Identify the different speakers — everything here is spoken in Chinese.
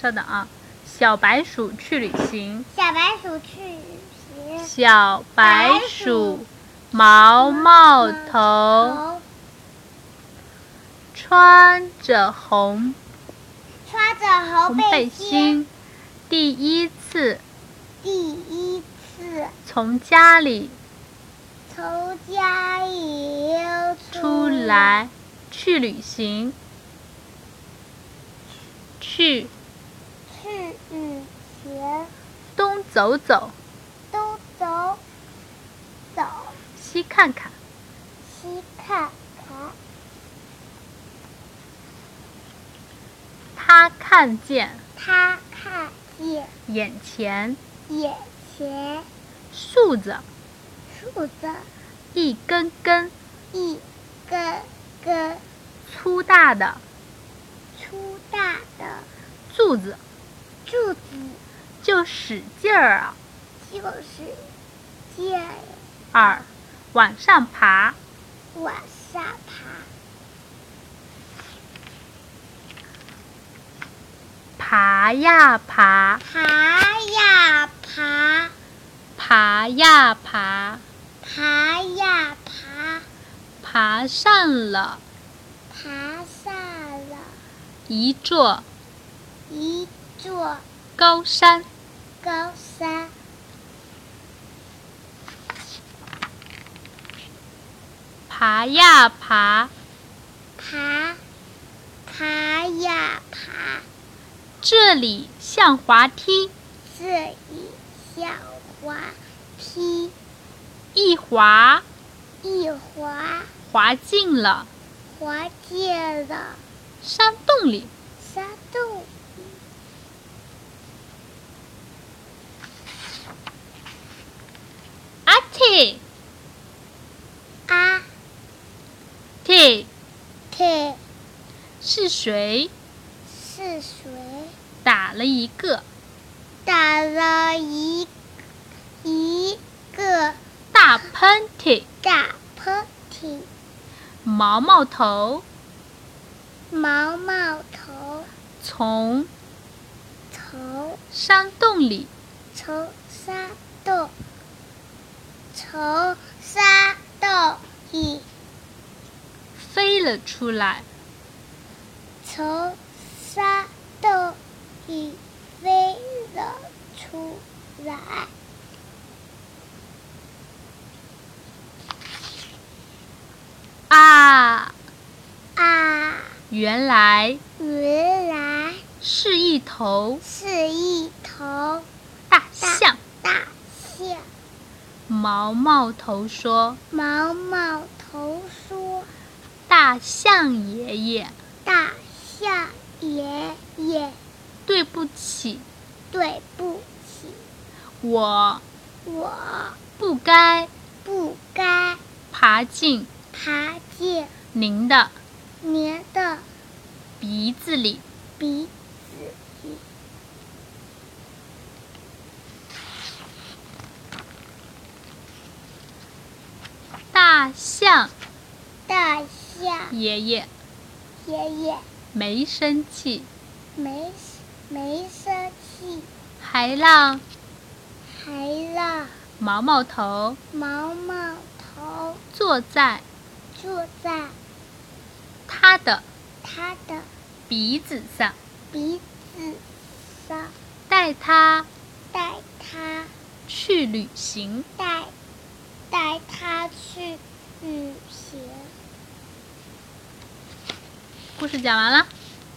Speaker 1: 色的啊。小白鼠去旅行，
Speaker 2: 小白鼠去旅行，
Speaker 1: 小白鼠毛毛头
Speaker 2: 头
Speaker 1: 穿着红
Speaker 2: 穿着
Speaker 1: 红
Speaker 2: 红
Speaker 1: 背
Speaker 2: 背
Speaker 1: 心，第一次
Speaker 2: 第一次
Speaker 1: 从家里
Speaker 2: 从家里
Speaker 1: 出来去旅行，去
Speaker 2: 去旅行，
Speaker 1: 东走走，
Speaker 2: 东走走，
Speaker 1: 西看看，
Speaker 2: 西看看，
Speaker 1: 他看见
Speaker 2: 他看见
Speaker 1: 眼前
Speaker 2: 眼前
Speaker 1: 竖着
Speaker 2: 竖着
Speaker 1: 一根根
Speaker 2: 一根根
Speaker 1: 粗大的
Speaker 2: 粗大的
Speaker 1: 柱子，
Speaker 2: 柱子，
Speaker 1: 就使劲儿啊
Speaker 2: 就是见
Speaker 1: 耳往上爬。
Speaker 2: 往上爬，
Speaker 1: 爬呀爬，
Speaker 2: 爬呀爬，
Speaker 1: 爬呀爬，
Speaker 2: 爬呀爬，
Speaker 1: 爬上了
Speaker 2: 爬上了
Speaker 1: 一座
Speaker 2: 一座
Speaker 1: 高山。
Speaker 2: 高山。
Speaker 1: 爬呀爬，
Speaker 2: 爬，爬呀爬，
Speaker 1: 这里像滑梯，
Speaker 2: 这里像滑梯，
Speaker 1: 一滑
Speaker 2: 一滑
Speaker 1: 滑进了
Speaker 2: 滑进了
Speaker 1: 山洞里。
Speaker 2: 山洞。
Speaker 1: 啊嚏
Speaker 2: 啊，
Speaker 1: 嚏，
Speaker 2: 嚏，
Speaker 1: 是谁
Speaker 2: 是谁
Speaker 1: 打了一个
Speaker 2: 打了一一个
Speaker 1: 大喷嚏？
Speaker 2: 大喷嚏？
Speaker 1: 毛毛头
Speaker 2: 毛毛头
Speaker 1: 从
Speaker 2: 从
Speaker 1: 山洞里
Speaker 2: 从山洞，从山洞里。
Speaker 1: 飞了出来，
Speaker 2: 从山洞里飞了出来，
Speaker 1: 啊，
Speaker 2: 啊，
Speaker 1: 原来
Speaker 2: 原来
Speaker 1: 是一头
Speaker 2: 是一头
Speaker 1: 大象。
Speaker 2: 大象。
Speaker 1: 毛毛头说
Speaker 2: 毛毛头说：“
Speaker 1: 大象爷爷，：“
Speaker 2: 大象爷爷，
Speaker 1: 对不起，
Speaker 2: 对不起，
Speaker 1: 我
Speaker 2: 我
Speaker 1: 不该
Speaker 2: 不该
Speaker 1: 爬进
Speaker 2: 爬进
Speaker 1: 您的
Speaker 2: 您的
Speaker 1: 鼻子里。
Speaker 2: 鼻子里。”
Speaker 1: 大象
Speaker 2: 大象
Speaker 1: 爷爷
Speaker 2: 爷爷。
Speaker 1: 没生气，
Speaker 2: 没没生气，
Speaker 1: 还让
Speaker 2: 还让
Speaker 1: 毛毛头
Speaker 2: 毛毛头
Speaker 1: 坐在
Speaker 2: 坐在
Speaker 1: 他的
Speaker 2: 他的
Speaker 1: 鼻子上，
Speaker 2: 鼻子上，
Speaker 1: 带他
Speaker 2: 带他
Speaker 1: 去旅行。
Speaker 2: 带带他去旅行。
Speaker 1: 故事讲完了。